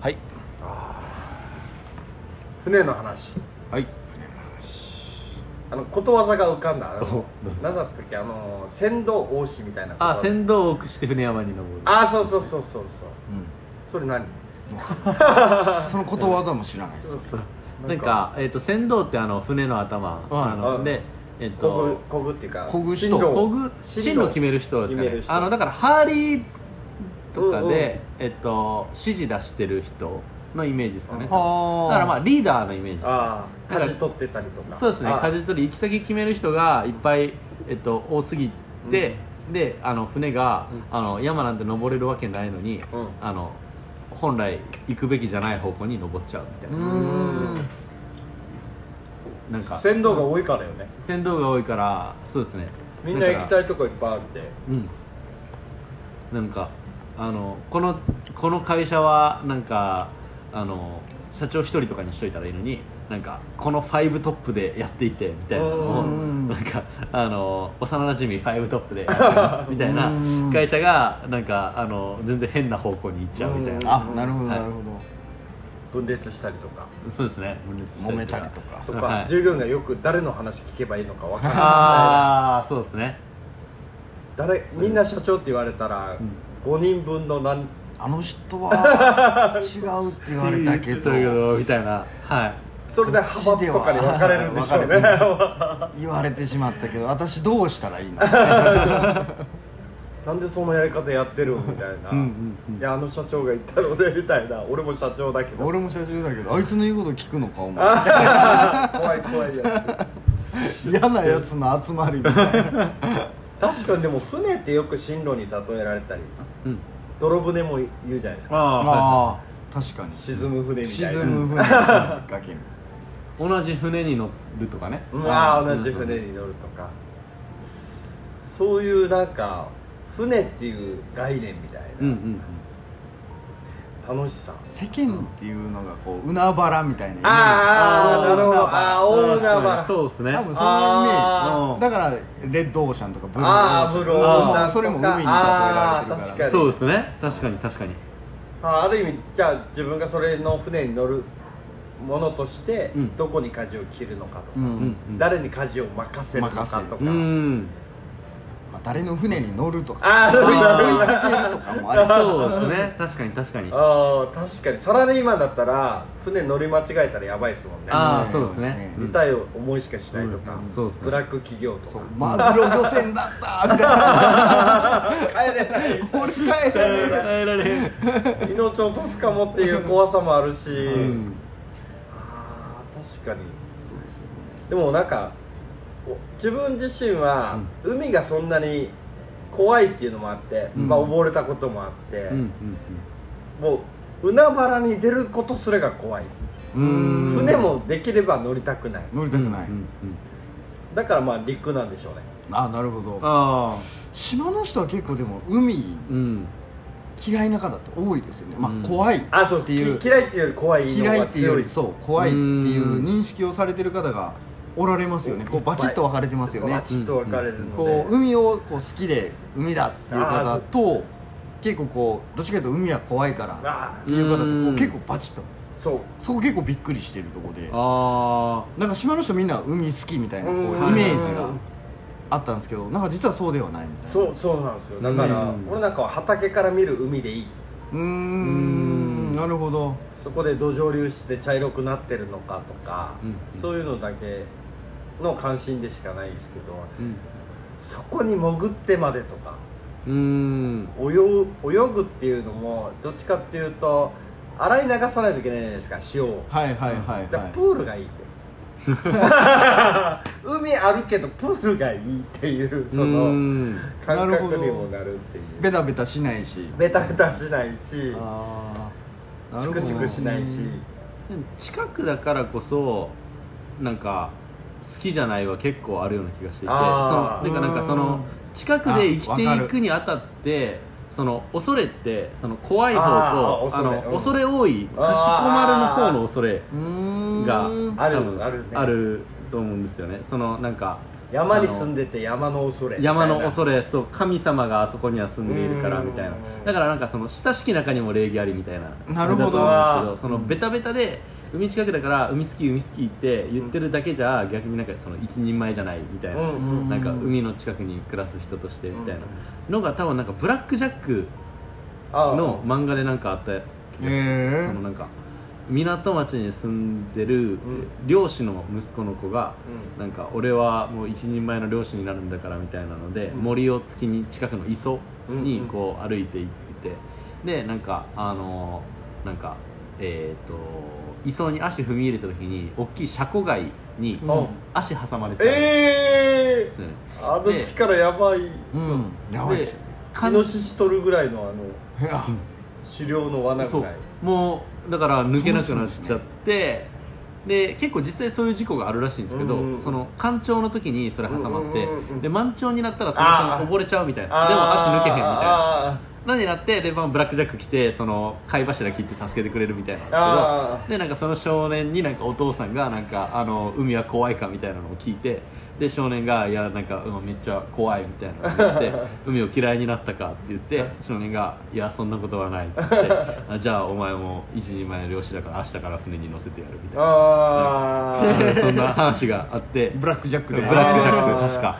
はい船の話はいあのことわざが浮かんだあのおどうぞ何だったっけあの船頭大師みたいなことわあざ船頭を駆して船山に登るあそうそうそうそうそううんそれ何そのことわざも知らないですそうそうなんか、えっと船頭ってあの船の頭、はいあのはいで、えっこぐとこぐっていうかこぐ人進路こをぐ進路進路決める人ですか決めねる人あのだからハーリーとかうんうんで、えっと、指示出してる人のイメージですかねだかはあらまあリーダーのイメージああ舵取ってたりとかそうですねああ舵取り行き先決める人がいっぱい、えっと、多すぎて、であの船が、うあの山なんて登れるわけないのに、うんあの本来行くべきじゃない方向に登っちゃうみたいうな、ーんなんか船頭が多いからよね船頭が多いからそうですねみんな行きいたいとこいっぱいあってうんなんかあのこのこの会社はなんかあの社長一人とかにしといたらいいのになんかこのファイブトップでやっていてみたいなのをうんなんかあの幼馴染みファイブトップでやってますみたいなうん会社がなんかあの全然変な方向に行っちゃうみたいなあなるほどなるほ分裂したりとかそうですねど揉めたりとかとはかい従業員がよく誰の話聞けばいいのかわからないああ そうですね誰みんな社長って言われたらうん5人分の何あの人は違うって言われたけ言どってたみたいなはいそれで派閥とかに分かれるんでしょうね分かれて 言われてしまったけど私どうしたらいい の なんでそのやり方やってるんみたいな、うんうんうんいやあの社長が言ったのでみたいな俺も社長だけど俺も社長だけどあいつの言うこと聞くのかお前 あ ー怖い怖いや嫌なやつの集まりみたい なつ確かにでも船ってよく進路に例えられたりうん泥船も言うじゃないですかあああー確かに沈む船みたいな沈む船崖に同じ船に乗るとかねうんあー同じ船に乗るとかそういうなんか船っていう概念みたいな、うんうん楽しさ世間っていうのがこう海原みたいなイメージあーなるほど海原あー大海原そうですね多分そのイメあージだからレッドオーシャンとかブルーオあーブルーオーーシシャャンンそれも海に例えられてるあー確かかにらそうですね確かに確かにあある意味じゃあ自分がそれの船に乗るものとして、うんどこに舵を切るのかとか、うんうん誰に舵を任せるのかとか任せるうんまあ誰の船に乗るとかあー追いあー追いかけるとかもありそうそうですね確かに確かに ああ確かにサラリーマンだったら船乗り間違えたらやばいですもんねああそうですねうん痛い思いしかしないとか、うんそうっすねブラック企業とそうか マグロ漁船だったみたいな帰れない俺帰らねえな耐えられへん 命を落とすかもっていう怖さもあるし、うんあー確かにそうですよねでもなんかこう自分自身は海がそんなに怖いっていうのもあって、うんまあ、溺れたこともあって、うんもう海原に出ることすらが怖いうんうん船もできれば乗りたくない乗りたくうないんうんうんだからまあ陸なんでしょうねあーなるほどああ島の人は結構でも海うん嫌いな方って多いですよねまうんあ怖いあそうっていうき嫌いっていうより怖いの嫌いがっていうよ強いりそう怖いっていううん認識をされてる方がおられますよねこうバチッと分かれてますよねバチッと分かれるので、こう海をこう好きで海だっていう方と結構こうどっちかというと海は怖いからあっていう方うとこうん結構バチッとーそうそこ結構びっくりしてるとこであなんか島の人みんな海好きみたいなこうイうんメージがあったんですけどなんか実はそうではないみたいなそうそうなんですよだから、うん俺なんかは畑から見る海でいいうーんなるほどそこで土壌流出で茶色くなってるのかとか、うんそういうのだけの関心でしかないですけどあうんそこに潜ってまでとかうん泳ぐ泳ぐっていうのもどっちかっていうと洗い流さないといけないじゃないですか塩を、はいはいはいだからはいプールがいいって海あるけどプールがいいっていうその感覚にもなるっていうベタベタしないしベタベタしないしあーなチるほクどチクしないしでも近くだからこそなんか好きじゃないは結構あるような気がしていてそあのーてかなんかその近くで生きていくにあたってその恐れってその怖い方とあーあの恐恐れれうん多いかしこまるの方の恐れうーんがある多分あるねあると思うんですよねそのなんか山に住んでて山の恐れ山の恐れれそう神様があそこには住んでいるからうんみたいなだからなんかその親しき中にも礼儀ありみたいななるほどだと思うんですけどそうんのベタベタで海近くだから海好き海好きって言ってるだけじゃ逆になんかその一人前じゃないみたいな、うんうんなんか海の近くに暮らす人としてみたいなうんのが多分なんかブラックジャックああの漫画でなんかあった気がえそのなんか港町に住んでるん漁師の息子の子がうんなんか俺はもう一人前の漁師になるんだからみたいなので、うん森を月に近くの磯うんうにんこう歩いていってて、でなんかあのーなんかえっ、と磯に足踏み入れた時に大きい車庫街にうん足挟まれてええですよね、あの力やばいイうんやばいっすよかんノシシ取るぐらいのあのいや狩猟の罠そぐうらいもうだから抜けなくなっちゃってで結構実際そういう事故があるらしいんですけど、うんうんその干潮の時にそれ挟まって、うんうんうんうんで満潮になったらその人が溺れちゃうみたいなでも足抜けへんみたいなあなんになってで、まあ、ブラックジャック来てその貝柱切って助けてくれるみたいなんですーけどあーでなんかその少年になんかお父さんがなんかあの海は怖いかみたいなのを聞いてで少年が「いやなんか、うん、めっちゃ怖い」みたいなのを言って 「海を嫌いになったか」って言って少年が「いやそんなことはない」って言 って「あじゃあお前も一人前の漁師だから明日から船に乗せてやる」みたいなあ ーそんな話があってブラックジャックブでラックジャあッーク確か。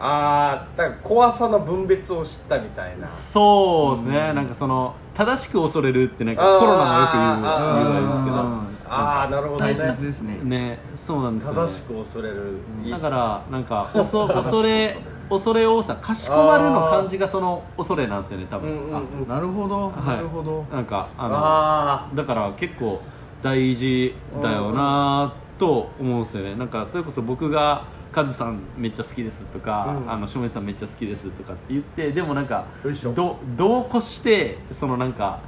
あーだから怖さの分別を知ったみたいなそうですね、なんかその正しく恐れるってなんかあーコロナもよく言うあー言うなんですけどああなるほど大ね切ですねねそうなんですよ、ね、正しく恐れるうんいいっだすからなん かおそ正しく恐れ恐れ多さかしこまるの感じがその恐れなんですよね多う分、んうんうんなるほどはいなるほどあなんかあのあだから結構大事だよなと思うんですよねなんかそれこそ僕が「カズさんめっちゃ好きです」とか「うんあの照明さんめっちゃ好きです」とかって言ってでもなんかあよいしょどどうこしてそのなんか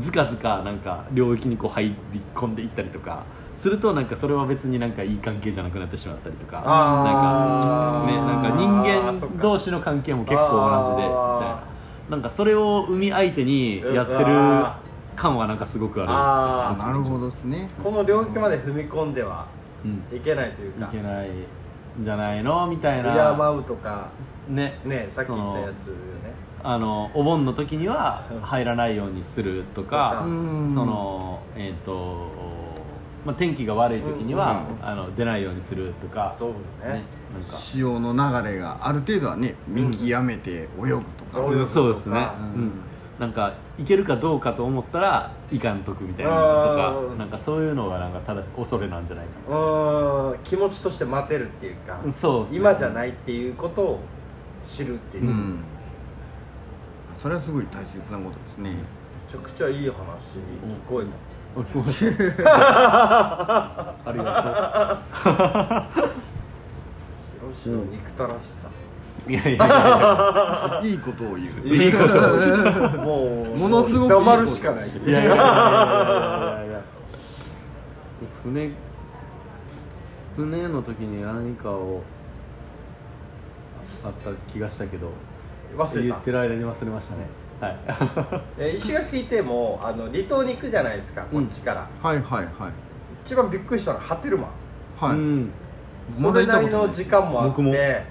ずかずかなんか領域にこう入り込んでいったりとかするとなんかそれは別になんかいい関係じゃなくなってしまったりとか、あーね、なんか人間同士の関係も結構同じでみたいあななんかそれを海相手にやってるうわ感はなんかすごくあああーなるほどですねこの領域まで踏み込んではる、うん、いけないといういかけないんじゃないのみたいな敬うとかねねさっき言ったやつよねあのお盆の時には入らないようにするとか、あうんそのえっ、と、まあ、天気が悪い時には、うんうんあの出ないようにするとかそうねねなんか潮の流れがある程度はね見極めて泳ぐとうかんう泳ぐとかそうですね、ううんなんか行けるかどうかと思ったらいかんとくみたいなあのとーかなんかそういうのがなんかただ恐れなんじゃないうかーん気持ちとして待てるっていうかな、そうですね今じゃないっていうことを知るっていう、うんめんそれはすごい大切なことですねちゃくちゃいい話聞こえた、お気持ちありが広島の憎たらし さ、とういやいやいやいやいいことを言う いいこともうものすごくいいこと黙るしかないいやいやいやいやいやいやいや船船の時に何かをあった気がしたけど忘れ言たってる間に忘れましたねはいえー石垣いてもあの離島に行くじゃないですかこっちから、 はいはいはい一番びっくりしたのはハテルマンはういんそれなりの時間もあっ僕もて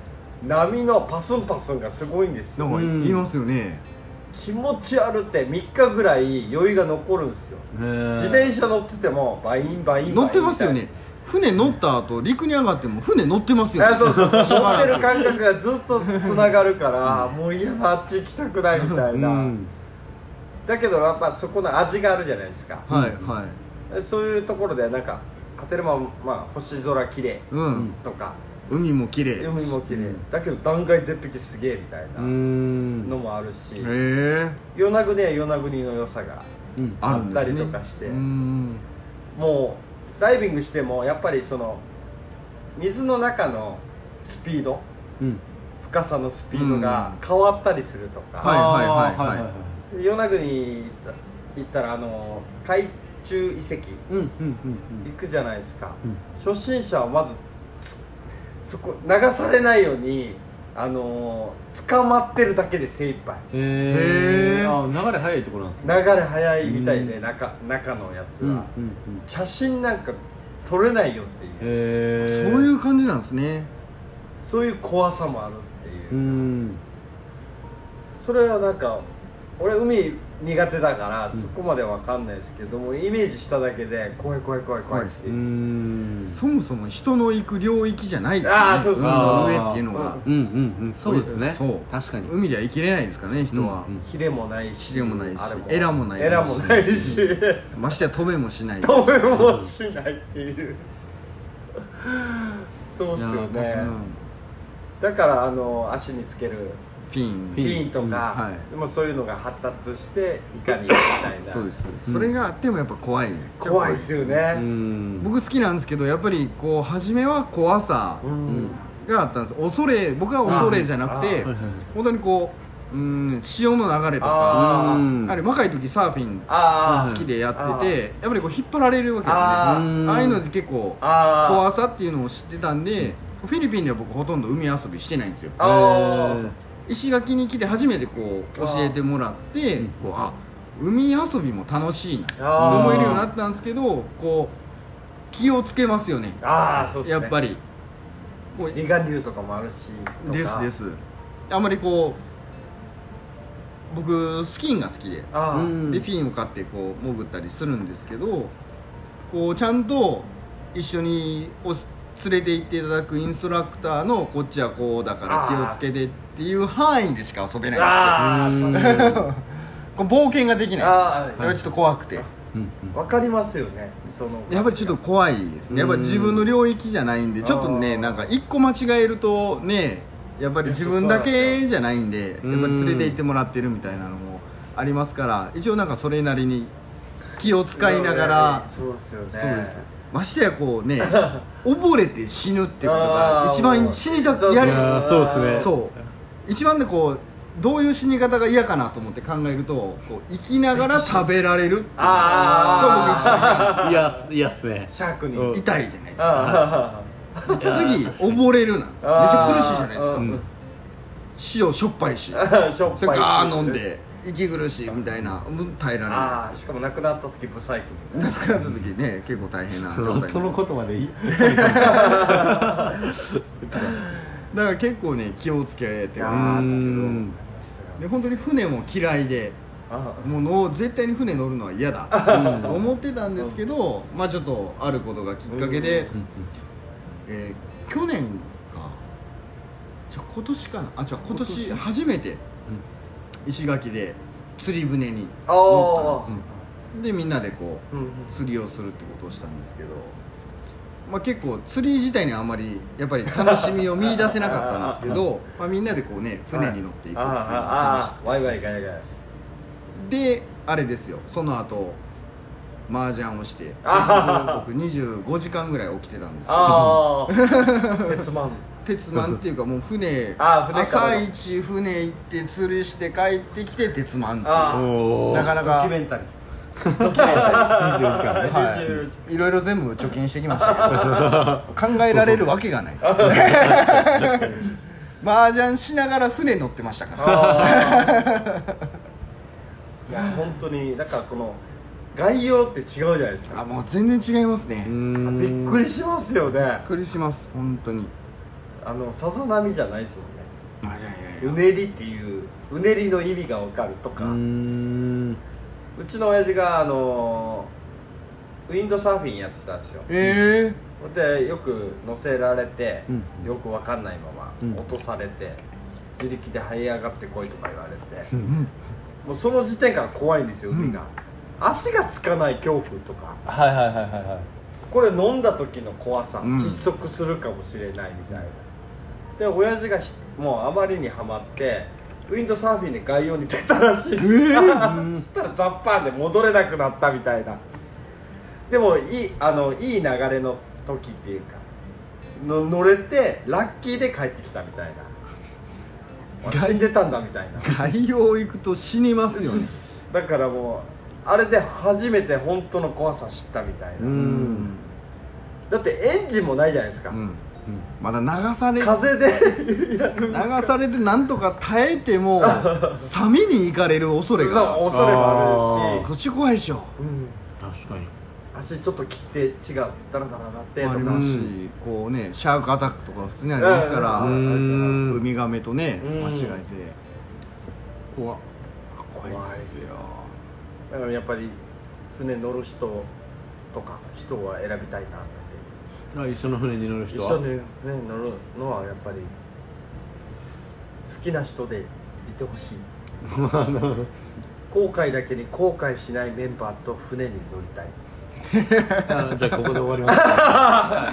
波のパスンパスンがすごいんですなんよかうん言いますよね気持ち悪って3日ぐらい酔いが残るんですよ自自転車乗っててもバインバインバイン乗ってますよね船乗った後陸に上がっても船乗ってますみたいなよねあそうそうしば乗っらてくる感覚がずっとつながるからもういやあっち行きたくないみたいな、うんだけどやっぱそこの味があるじゃないですかはいはいそういうところでなんかハテルマン、まあ、星空綺麗ううんんとか海も綺麗海も綺麗、うんだけど断崖絶壁すげえみたいうなんのもあるし、へえ与那国は与那国の良さがうんあるんですねあったりとかしてうんもうダイビングしてもやっぱりその水の中のスピードうん深さのスピードが変わったりするとはいか、はいはいあーはい与那国行った行ったらあの海中遺跡うんうんうん行くじゃないですか、うん初心者はまずつそこ流されないようにあの捕まってるだけで精一杯へへえーあ流れ早いところなんです流れ早いみたいで、うん中中のやつうんうんは、うん写真なんか撮れないよっていうへえそういう感じなんですねそういう怖さもあるっていうう、んそれはなんか俺海苦手だからうんそこまでわかんないですけども、イメージしただけで怖い怖い怖い怖いってういうんそもそも人の行く領域じゃないですよねあーそうそう海の上っていうのがあうんうんうんそうですねそう確かに海では生きれないですからね人は、うんうんヒレもないしヒレもないしあれエラもないしエラもないしましてや飛べもしない止めもしないっていうそうっすよいやねーうんだからあの足につけるピンピンピンとか、うんはでもそういうのが発達していかにみたいなそうですそうです、うんそれがあってもやっぱ怖い怖いですよね、うん僕好きなんですけどやっぱりこう初めは怖さうんがあったんです恐れ僕は恐れじゃなくはいてはいはい本当にこううん潮の流れとかあーうんあれ若い時サーフィンああ好きでやっててやっぱりこう引っ張られるわけですねあうんああいうので結構ああ怖さっていうのを知ってたんでフィリピンでは僕ほとんど海遊びしてないんですよあー石垣に来て初めてこう教えてもらってうんこうあ海遊びも楽しいなあー思えるようになったんですけどこう気をつけますよねああそうですやねっぱりこう離岸流とかもあるしとかですですあんまりこう僕スキンが好きでああ、うんでフィンを買ってこう潜ったりするんですけどこうちゃんと一緒におし連れて行っていただくインストラクターのこっちはこうだから気をつけてっていう範囲でしか遊べないああうんそうですよ こう冒険ができないやっああぱりちょっと怖くてうんわかりますよねそのやっぱりちょっと怖いですねやっぱり自分の領域じゃないんでちょっとねあーなんか一個間違えるとねやっぱり自分だけじゃないんでやっぱり連れて行ってもらってるみたいなのもありますから一応なんかそれなりに気を使いながらそうですよねそうですましてやこうね溺れて死ぬってことが一番死にたくやいりやーそうですねそう一番でこうどういう死に方が嫌かなと思って考えるとこう生きながら食べられるっていうのが僕一番嫌ああいやいやっすね シャークにうん痛いじゃないですかあ次溺れるなんですめっちゃ苦しいじゃないですうかん塩しょっ ぱいしそれあしょっぱいしガー飲んで息苦しいみたいなもう耐えられあないあでしかも亡くなった時ブサイクみたいす助かった時ね結構大変な状態そのだことまでいい から結構ね気をつけてなるああーーで本当に船も嫌いであもうの絶対に船乗るのは嫌だと思ってたんですけどまあちょっとあることがきっかけでうんえー去年かじゃあ今年かなあじゃあ今年初めて石垣で釣り船にあ乗あったんですよでみんなでこうんうんう釣りをするってことをしたんですけど、まあ、結構釣り自体にあんまりやっぱり楽しみを見出せなかったんですけどまあみんなでこうね船に乗っていくってあいうあのが楽しああワイワイガヤガヤくてであれですよその後麻雀をして結あ局僕25時間ぐらい起きてたんですけどああ鉄マン鉄マンっていうかもう船あ船から朝一船行って釣りして帰ってきて鉄マンってあいーおーなかドなキかュメンタリーうドキュメンタリー 24時間ねはい、いろいろ全部貯金してきましたけど考えられるわけがない麻雀しながら船乗ってましたからいや本当にだからこの概要って違うじゃないですかあもう全然違いますねうびっんびっくりしますよねくりします本当にあのさざ波じゃないですもんねあいやいうやいやねりっていううねりの意味がわかるとうかーうんちの親父があのウィンドサーフィンやってたんですよえでよく乗せられて、うんよくわかんないままうん落とされて、自力で這い上がってこいとか言われうて、えんもうその時点から怖いんですようん海が、足がつかない恐怖とかはいはいはいはいはいこれ飲んだ時の怖さ、うん窒息するかもしれないみたいなで親父がひもうあまりにハマってウィンドサーフィンで概要に出たらしいです、えー そしたらザッパーンで戻れなくなったみたいなでもいいあのいい流れの時っていうかの乗れてラッキーで帰ってきたみたいな死んでたんだみたいな海洋行くと死にますよねだからもうあれで初めて本当の怖さ知ったみたいな、ううんだってエンジンもないじゃないですか、うんまだ流され風でやる流されてなんとか耐えてもサメに行かれる恐れがそう恐れもあるそっち怖いでしょし、うん確かに足ちょっと切って違ったらダラなってとあかりますし、うこうねシャークアタックとか普通にありますから、うんうんウミガメとねうん間違えて怖っ怖いっすよだからやっぱり船乗る人とか人は選びたいなってあ一緒の船に乗る一人は緒に、ね、乗るのはやっぱり好きな人でいてほしい後悔だけに後悔しないメンバーと船に乗りたい あじゃあここで終わり ますか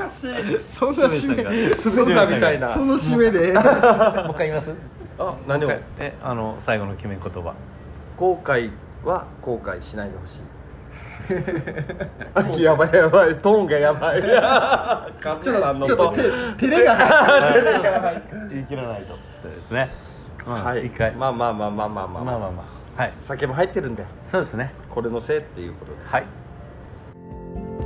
恥ずかしいそんなシ締メさんめがそんなみたいなその締めでもう一回言いますあ何をもう一回えあの最後の決め言葉後悔は後悔しないでほしいやばいやばいトーンがやばい カズさんのちょっとトーン照れ が 言い切らないとそうですね、うんはい一回まあまあまあまあまあままあ、あまあまあはい酒も入ってるんでそうですねこれのせいっていうことではい